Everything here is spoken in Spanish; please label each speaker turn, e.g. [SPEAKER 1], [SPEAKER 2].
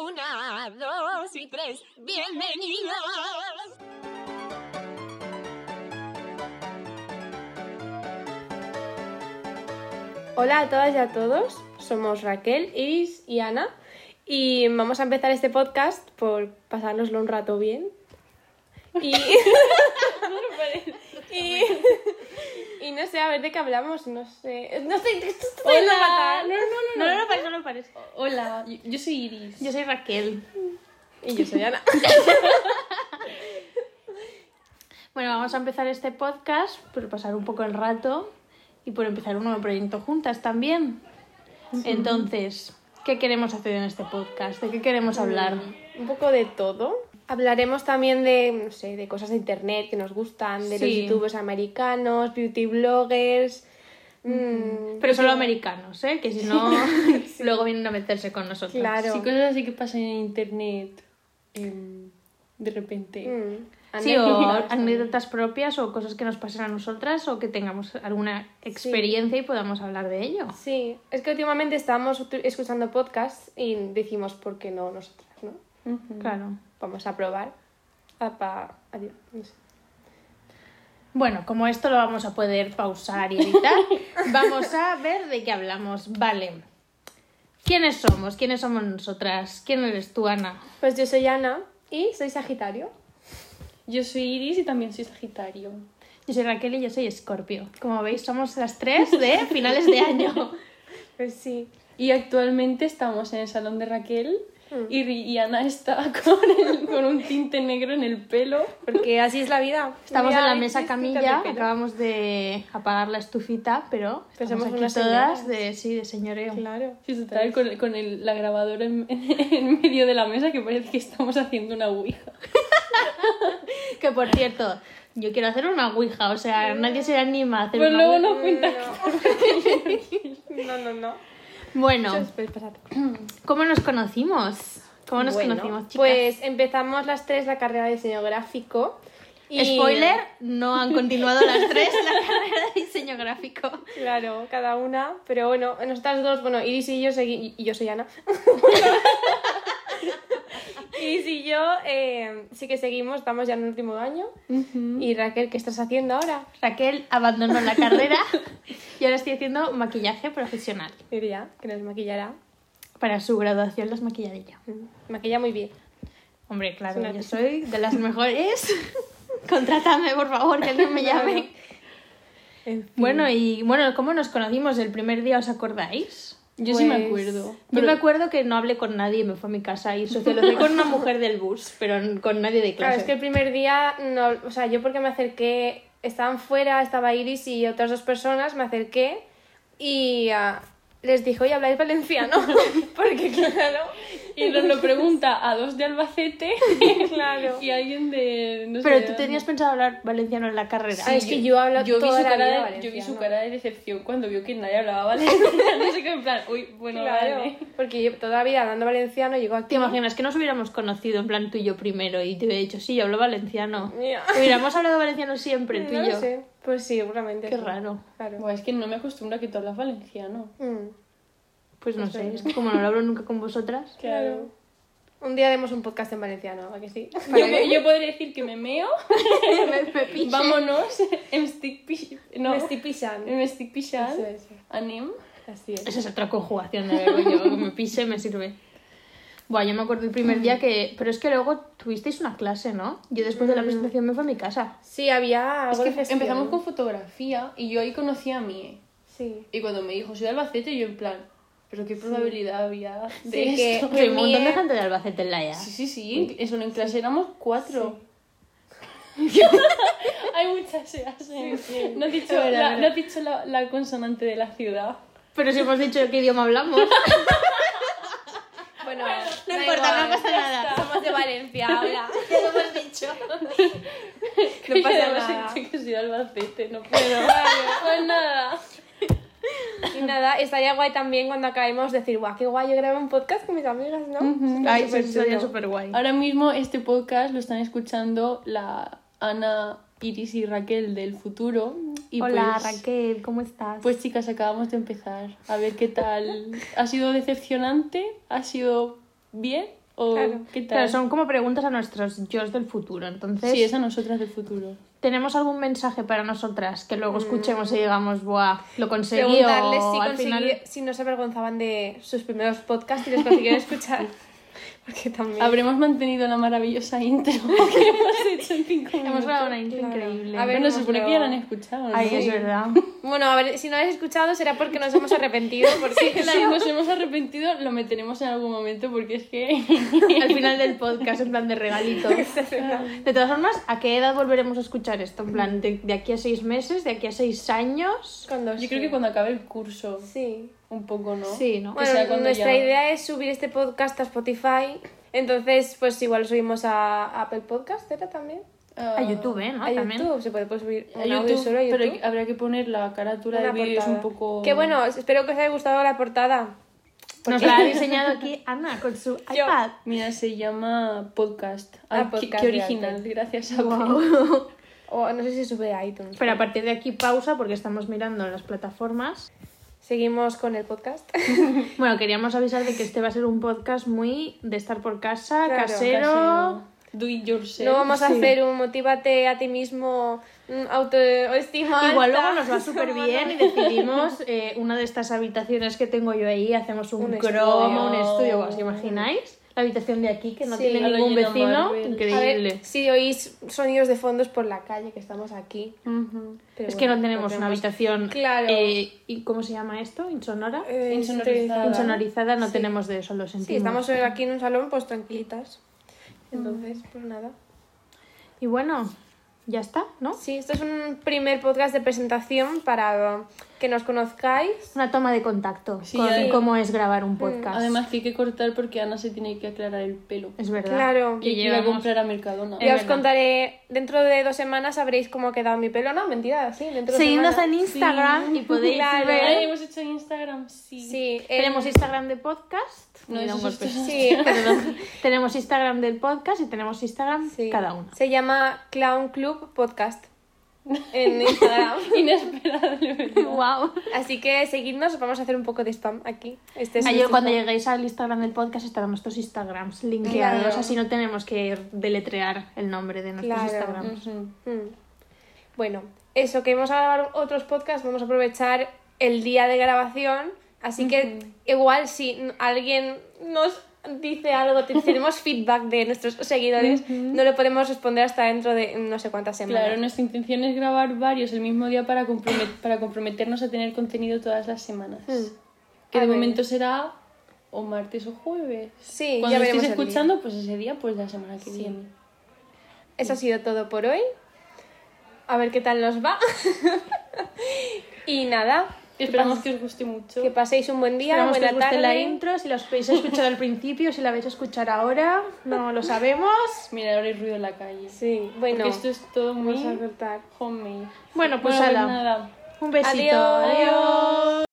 [SPEAKER 1] Una, dos y tres. Bienvenidos.
[SPEAKER 2] Hola a todas y a todos, somos Raquel, Iris y Ana y vamos a empezar este podcast por pasárnoslo un rato bien. Y, y, y no sé, a ver de qué hablamos, no sé. No sé, esto te puede matar. No, no, no, no.
[SPEAKER 3] lo pares, no lo pares. Hola, yo, yo soy Iris.
[SPEAKER 4] Yo soy Raquel.
[SPEAKER 2] Y yo soy Ana.
[SPEAKER 4] Bueno, vamos a empezar este podcast por pasar un poco el rato y por empezar un nuevo proyecto juntas también. Entonces, ¿qué queremos hacer en este podcast? ¿De qué
[SPEAKER 2] Mm.
[SPEAKER 4] queremos hablar?
[SPEAKER 2] Un poco de todo. Hablaremos también de, no sé, de cosas de internet que nos gustan, de
[SPEAKER 4] Sí.
[SPEAKER 2] los youtubers americanos, beauty bloggers. mm,
[SPEAKER 4] Pero solo americanos, ¿eh? Que si no, luego vienen a meterse con nosotros.
[SPEAKER 2] Claro.
[SPEAKER 3] Sí, cosas así que pasan en internet em, de repente.
[SPEAKER 2] mm,
[SPEAKER 4] Sí, o
[SPEAKER 2] anécdotas.
[SPEAKER 4] anécdotas propias o cosas que nos pasen a nosotras o que tengamos alguna experiencia y podamos hablar de ello.
[SPEAKER 2] Sí, es que últimamente estábamos tu- escuchando podcasts y decimos, ¿por qué no nosotras, no?
[SPEAKER 4] Claro.
[SPEAKER 2] Vamos a probar. Apa, adiós. no sé.
[SPEAKER 4] Bueno, como esto lo vamos a poder pausar y editar, vamos a ver de qué hablamos. Vale. ¿Quiénes somos? ¿Quiénes somos nosotras? ¿Quién eres tú, Ana?
[SPEAKER 2] Pues yo soy Ana y soy Sagitario.
[SPEAKER 3] Yo soy Iris y también soy Sagitario.
[SPEAKER 4] Yo soy Raquel y yo soy Escorpio. Como veis, somos las tres de finales de año.
[SPEAKER 2] Pues sí.
[SPEAKER 3] Y actualmente estamos en el salón de Raquel y, Ri- y Ana está con, el- con un tinte negro en el pelo.
[SPEAKER 2] Porque así es la vida.
[SPEAKER 4] Estamos en
[SPEAKER 2] Mira,
[SPEAKER 4] la mesa
[SPEAKER 2] este es
[SPEAKER 4] camilla,
[SPEAKER 2] picante,
[SPEAKER 4] acabamos de apagar la estufita, pero
[SPEAKER 2] Pero
[SPEAKER 4] estamos
[SPEAKER 2] Pues somos
[SPEAKER 4] aquí
[SPEAKER 2] unas
[SPEAKER 4] todas
[SPEAKER 2] señoras.
[SPEAKER 4] de, sí, de señoreo.
[SPEAKER 2] pero- Claro.
[SPEAKER 3] Sí, total, con, con el- la grabadora en, en medio de la mesa que parece que estamos haciendo una ouija.
[SPEAKER 4] Que por cierto, yo quiero hacer una ouija, o sea, nadie se anima a hacer
[SPEAKER 3] Pero
[SPEAKER 4] una
[SPEAKER 3] Pues luego
[SPEAKER 4] ouija.
[SPEAKER 3] no cuenta.
[SPEAKER 2] No, no, no.
[SPEAKER 4] Bueno,
[SPEAKER 2] Puedes pasar.
[SPEAKER 4] ¿cómo nos conocimos? ¿Cómo nos
[SPEAKER 2] Bueno,
[SPEAKER 4] conocimos, chicas?
[SPEAKER 2] Pues empezamos las tres la carrera de diseño gráfico. y-
[SPEAKER 4] Spoiler, no han continuado las tres la carrera de diseño gráfico.
[SPEAKER 2] Claro, cada una. Pero bueno, nosotras dos, bueno, Iris y yo, segui- y yo soy Ana. Iris y yo eh, sí que seguimos, estamos ya en el último año. Y Raquel, ¿qué estás haciendo ahora?
[SPEAKER 4] Raquel abandonó la carrera y ahora estoy haciendo maquillaje profesional.
[SPEAKER 2] Diría que nos maquillará.
[SPEAKER 4] Para su graduación las maquillaré yo.
[SPEAKER 2] Mm, Maquilla muy bien.
[SPEAKER 4] Hombre,
[SPEAKER 2] Es
[SPEAKER 4] claro,
[SPEAKER 2] una-
[SPEAKER 4] yo soy de las mejores. Contrátame, por favor, que alguien me llame. Bueno, y bueno, ¿cómo nos conocimos el primer día? ¿Os acordáis?
[SPEAKER 3] Yo sí me
[SPEAKER 2] Pues-
[SPEAKER 3] acuerdo.
[SPEAKER 4] Yo me acuerdo que no hablé con nadie, me fue a mi casa y socialicé con una mujer del bus, pero con nadie de
[SPEAKER 2] Claro,
[SPEAKER 4] clase.
[SPEAKER 2] es que el primer día, no, o sea, yo porque me acerqué, estaban fuera, estaba Iris y otras dos personas, me acerqué y ah, les dije, oye, habláis valenciano, porque claro,
[SPEAKER 3] Y nos lo pregunta a dos de Albacete
[SPEAKER 2] claro.
[SPEAKER 3] y alguien de. No sé,
[SPEAKER 4] Pero tú
[SPEAKER 3] de-
[SPEAKER 4] tenías pensado hablar valenciano en la carrera.
[SPEAKER 2] Ah, es que yo hablo
[SPEAKER 3] yo vi
[SPEAKER 2] toda
[SPEAKER 3] su
[SPEAKER 2] la
[SPEAKER 3] cara
[SPEAKER 2] vida
[SPEAKER 3] de- Yo
[SPEAKER 2] valenciano.
[SPEAKER 3] vi su cara de decepción cuando vio que nadie hablaba valenciano. no sé qué, en plan, uy, bueno,
[SPEAKER 2] Claro,
[SPEAKER 3] vale.
[SPEAKER 2] porque yo toda la vida hablando valenciano llego aquí.
[SPEAKER 4] ¿Te imaginas que nos hubiéramos conocido en plan tú y yo primero y te hubiera dicho, sí, yo hablo valenciano?
[SPEAKER 2] Ya.
[SPEAKER 4] Hubiéramos hablado valenciano siempre, tú
[SPEAKER 2] No
[SPEAKER 4] y
[SPEAKER 2] lo
[SPEAKER 4] yo.
[SPEAKER 2] sé. Pues sí, seguramente.
[SPEAKER 4] Qué
[SPEAKER 2] sí.
[SPEAKER 4] raro.
[SPEAKER 2] Claro.
[SPEAKER 3] Buah, es que no me acostumbro a que tú hablas valenciano.
[SPEAKER 2] Mm,
[SPEAKER 4] Pues no
[SPEAKER 2] Pues
[SPEAKER 4] sé,
[SPEAKER 2] sí.
[SPEAKER 4] es que como no lo hablo nunca con vosotras.
[SPEAKER 2] claro. Un día haremos un podcast en valenciano, ¿a que sí?
[SPEAKER 3] Yo, me- yo podría decir que me meo,
[SPEAKER 4] me, me piche.
[SPEAKER 3] vámonos, em stick pi- no,
[SPEAKER 2] Me estoy pisando.
[SPEAKER 3] em stick pishan,
[SPEAKER 2] Eso, eso.
[SPEAKER 3] anem.
[SPEAKER 2] Así es.
[SPEAKER 4] Esa es otra conjugación de verbo yo, que me piche me sirve. Bueno, yo me acuerdo el primer día que... Pero es que luego tuvisteis una clase, ¿no? Yo después de la presentación me fui a mi casa.
[SPEAKER 2] Sí, había algo
[SPEAKER 3] Es
[SPEAKER 2] de
[SPEAKER 3] que
[SPEAKER 2] gestión.
[SPEAKER 3] empezamos con fotografía y yo ahí conocí a Mie.
[SPEAKER 2] Sí.
[SPEAKER 3] Y cuando me dijo soy de Albacete, yo en plan, pero qué probabilidad había de
[SPEAKER 2] Sí, que-
[SPEAKER 3] esto.
[SPEAKER 4] Hay un montón de
[SPEAKER 2] mie-
[SPEAKER 4] gente de Albacete en la E EA.
[SPEAKER 3] Sí, sí, sí, eso en clase éramos cuatro. Hay muchas seas. ¿eh? No has dicho,
[SPEAKER 4] Verdad,
[SPEAKER 3] la,
[SPEAKER 4] verdad.
[SPEAKER 3] no has dicho la, la consonante de la ciudad.
[SPEAKER 4] Pero si hemos dicho qué idioma hablamos.
[SPEAKER 2] Bueno,
[SPEAKER 4] No importa, no pasa nada.
[SPEAKER 2] Somos de Valencia ahora.
[SPEAKER 4] Ya lo hemos dicho.
[SPEAKER 2] No
[SPEAKER 3] Y
[SPEAKER 2] pasa
[SPEAKER 3] además
[SPEAKER 2] nada.
[SPEAKER 3] he dicho que soy de Albacete, no puedo. pues nada.
[SPEAKER 2] Y nada, estaría guay también cuando acabemos decir, guau, qué guay, yo grabé un podcast con mis amigas, ¿no?
[SPEAKER 4] Ay, pues
[SPEAKER 2] Súper
[SPEAKER 4] eso sería
[SPEAKER 2] chulo.
[SPEAKER 4] súper guay.
[SPEAKER 3] Ahora mismo este podcast lo están escuchando la Ana, Iris y Raquel del futuro. Y
[SPEAKER 4] Hola
[SPEAKER 3] pues,
[SPEAKER 4] Raquel, ¿cómo estás?
[SPEAKER 3] Pues chicas, acabamos de empezar. A ver qué tal. ¿Ha sido decepcionante? ¿Ha sido bien? ¿O
[SPEAKER 2] Claro.
[SPEAKER 3] qué tal?
[SPEAKER 4] Claro, son como preguntas a nuestros yo's del futuro. Entonces,
[SPEAKER 3] Sí, es a nosotras del futuro.
[SPEAKER 4] ¿tenemos algún mensaje para nosotras que luego escuchemos y digamos, buah, lo conseguí? o
[SPEAKER 2] Mm. Preguntarles si,
[SPEAKER 4] al final-
[SPEAKER 2] consegui- si no se avergonzaban de sus primeros podcasts y les consiguieron escuchar. Porque también...
[SPEAKER 3] Habremos mantenido la maravillosa intro que hemos hecho en cinco minutos.
[SPEAKER 4] Hemos grabado una intro
[SPEAKER 2] Mm, Claro.
[SPEAKER 4] increíble.
[SPEAKER 2] A ver,
[SPEAKER 3] Bueno, se
[SPEAKER 2] hemos
[SPEAKER 3] supone que ya la han escuchado, ¿no?
[SPEAKER 4] Ay, es
[SPEAKER 3] Sí.
[SPEAKER 4] verdad.
[SPEAKER 2] Bueno, a ver, si no habéis escuchado será porque nos hemos arrepentido. Porque
[SPEAKER 3] Si nos hemos arrepentido, lo meteremos en algún momento porque es que...
[SPEAKER 4] Al final del podcast, en plan de regalito. De todas formas, ¿a qué edad volveremos a escuchar esto? En plan, de, de aquí a seis meses, de aquí a seis años.
[SPEAKER 2] Cuando
[SPEAKER 3] Yo creo que cuando acabe el curso,
[SPEAKER 2] Sí.
[SPEAKER 3] un poco, ¿no?
[SPEAKER 4] Sí, ¿no?
[SPEAKER 3] Que
[SPEAKER 2] Bueno,
[SPEAKER 3] sea cuando
[SPEAKER 2] nuestra
[SPEAKER 3] ya-
[SPEAKER 2] idea es subir este podcast a Spotify. Entonces, pues igual subimos a Apple Podcast, ¿era también?
[SPEAKER 3] Ah,
[SPEAKER 4] A YouTube, ¿eh? ¿no?
[SPEAKER 2] a
[SPEAKER 4] También.
[SPEAKER 2] YouTube, se puede pues, subir
[SPEAKER 3] A
[SPEAKER 2] un audio
[SPEAKER 3] YouTube,
[SPEAKER 2] solo a YouTube.
[SPEAKER 3] pero hay- habrá que poner la carátula
[SPEAKER 2] Una
[SPEAKER 3] del vídeo, es un
[SPEAKER 2] portada.
[SPEAKER 3] poco...
[SPEAKER 2] Que bueno, espero que os haya gustado la portada.
[SPEAKER 4] Nos la ha diseñado aquí Ana con su iPad.
[SPEAKER 3] Mira, se llama podcast.
[SPEAKER 2] Ah,
[SPEAKER 3] Ah, qué-
[SPEAKER 2] podcast
[SPEAKER 3] qué,
[SPEAKER 2] de
[SPEAKER 3] original,
[SPEAKER 2] arte.
[SPEAKER 3] gracias a
[SPEAKER 2] O no sé si sube a iTunes.
[SPEAKER 4] Pero a partir de aquí pausa porque estamos mirando las plataformas.
[SPEAKER 2] Seguimos con el podcast.
[SPEAKER 4] Bueno, queríamos avisar de que este va a ser un podcast muy de estar por casa,
[SPEAKER 2] Claro,
[SPEAKER 4] casero.
[SPEAKER 3] Do it yourself.
[SPEAKER 2] no vamos a
[SPEAKER 3] Sí.
[SPEAKER 2] hacer un motívate a ti mismo, un autoestima.
[SPEAKER 4] Igual
[SPEAKER 2] alta.
[SPEAKER 4] luego nos va súper bien y decidimos eh, una de estas habitaciones que tengo yo ahí, hacemos un,
[SPEAKER 2] Un
[SPEAKER 4] croma, un
[SPEAKER 3] estudio.
[SPEAKER 4] estudio, ¿os imagináis? La habitación de aquí que no
[SPEAKER 2] Sí,
[SPEAKER 4] tiene
[SPEAKER 3] a lo
[SPEAKER 4] ningún
[SPEAKER 3] Gina
[SPEAKER 4] vecino,
[SPEAKER 3] Marvel.
[SPEAKER 2] A ver,
[SPEAKER 4] increíble.
[SPEAKER 2] si oís sonidos de fondos por la calle, que estamos aquí.
[SPEAKER 4] Ujú.
[SPEAKER 2] Pero
[SPEAKER 4] es que
[SPEAKER 2] bueno,
[SPEAKER 4] no tenemos una
[SPEAKER 2] podemos-
[SPEAKER 4] habitación,
[SPEAKER 2] Claro.
[SPEAKER 4] eh, ¿y ¿cómo se llama esto? ¿Insonora?
[SPEAKER 2] Eh,
[SPEAKER 3] Insonorizada.
[SPEAKER 2] estoy-
[SPEAKER 4] Insonorizada, no tenemos de eso, lo sentimos.
[SPEAKER 2] Sí, estamos aquí en un salón, pues tranquilitas. Entonces, pues nada.
[SPEAKER 4] Y bueno, ya está, ¿no?
[SPEAKER 2] Sí, esto es un primer podcast de presentación para que nos conozcáis.
[SPEAKER 4] Una toma de contacto
[SPEAKER 3] Sí,
[SPEAKER 4] con
[SPEAKER 3] adem-
[SPEAKER 4] cómo es grabar
[SPEAKER 2] Mm.
[SPEAKER 4] un podcast.
[SPEAKER 3] Además que hay que cortar porque Ana se tiene que aclarar el pelo.
[SPEAKER 4] es verdad.
[SPEAKER 2] Claro.
[SPEAKER 3] Y hay que ir a
[SPEAKER 4] llevamos-
[SPEAKER 3] comprar a Mercadona.
[SPEAKER 2] Ya
[SPEAKER 4] Es
[SPEAKER 2] os
[SPEAKER 4] verdad.
[SPEAKER 2] contaré, dentro de dos semanas sabréis cómo ha quedado mi pelo. No, mentira, sí, dentro de dos
[SPEAKER 4] Seguidnos en
[SPEAKER 2] semanas.
[SPEAKER 4] Instagram y podéis
[SPEAKER 2] Claro.
[SPEAKER 4] ver.
[SPEAKER 3] Ay, hemos hecho en Instagram, sí.
[SPEAKER 2] Sí, el-
[SPEAKER 4] Tenemos Instagram de podcast.
[SPEAKER 3] No,
[SPEAKER 4] Me da
[SPEAKER 3] eso
[SPEAKER 4] un
[SPEAKER 3] es
[SPEAKER 4] golpe.
[SPEAKER 3] esto.
[SPEAKER 2] Sí,
[SPEAKER 4] tenemos Instagram del podcast y tenemos Instagram
[SPEAKER 2] sí.
[SPEAKER 4] cada uno.
[SPEAKER 2] Se llama Clown Club Podcast en Instagram.
[SPEAKER 3] Inesperable, ¿verdad?
[SPEAKER 4] Wow.
[SPEAKER 2] Así que seguidnos, os vamos a hacer un poco de spam aquí. Este es nuestro
[SPEAKER 4] cuando
[SPEAKER 2] spam.
[SPEAKER 4] lleguéis al Instagram del podcast estarán nuestros Instagrams linkeados,
[SPEAKER 2] Claro.
[SPEAKER 4] así no tenemos que deletrear el nombre de nuestros
[SPEAKER 2] Claro.
[SPEAKER 4] Instagrams.
[SPEAKER 3] Ujú.
[SPEAKER 2] Mm. Bueno, eso, que vamos a grabar otros podcasts, vamos a aprovechar el día de grabación. Así que igual si n- alguien nos dice algo, te- tenemos feedback de nuestros seguidores, no lo podemos responder hasta dentro de no sé cuántas semanas.
[SPEAKER 3] Claro, nuestra intención es grabar varios el mismo día para, compromet- para comprometernos a tener contenido todas las semanas. Que
[SPEAKER 2] Hmm. A
[SPEAKER 3] de
[SPEAKER 2] ver.
[SPEAKER 3] momento será o martes o jueves.
[SPEAKER 2] Sí,
[SPEAKER 3] Cuando
[SPEAKER 2] ya
[SPEAKER 3] lo
[SPEAKER 2] veremos
[SPEAKER 3] estéis
[SPEAKER 2] el día.
[SPEAKER 3] escuchando, pues ese día, pues la semana que viene.
[SPEAKER 2] Eso ha sido todo por hoy. A ver qué tal nos va. y nada,
[SPEAKER 3] Esperamos que os guste mucho.
[SPEAKER 2] que paséis un buen día,
[SPEAKER 4] Esperamos que
[SPEAKER 2] buena
[SPEAKER 4] os guste
[SPEAKER 2] tarde.
[SPEAKER 4] la intro, si la habéis escuchado al principio, si la vais a escuchar ahora, no lo sabemos.
[SPEAKER 3] Mira, ahora hay ruido en la calle.
[SPEAKER 2] Sí, bueno,
[SPEAKER 3] Porque esto es todo muy
[SPEAKER 2] vamos a cortar.
[SPEAKER 3] homemade.
[SPEAKER 4] Bueno, pues
[SPEAKER 3] Bueno,
[SPEAKER 4] ala.
[SPEAKER 3] nada.
[SPEAKER 4] Un besito.
[SPEAKER 2] Adiós.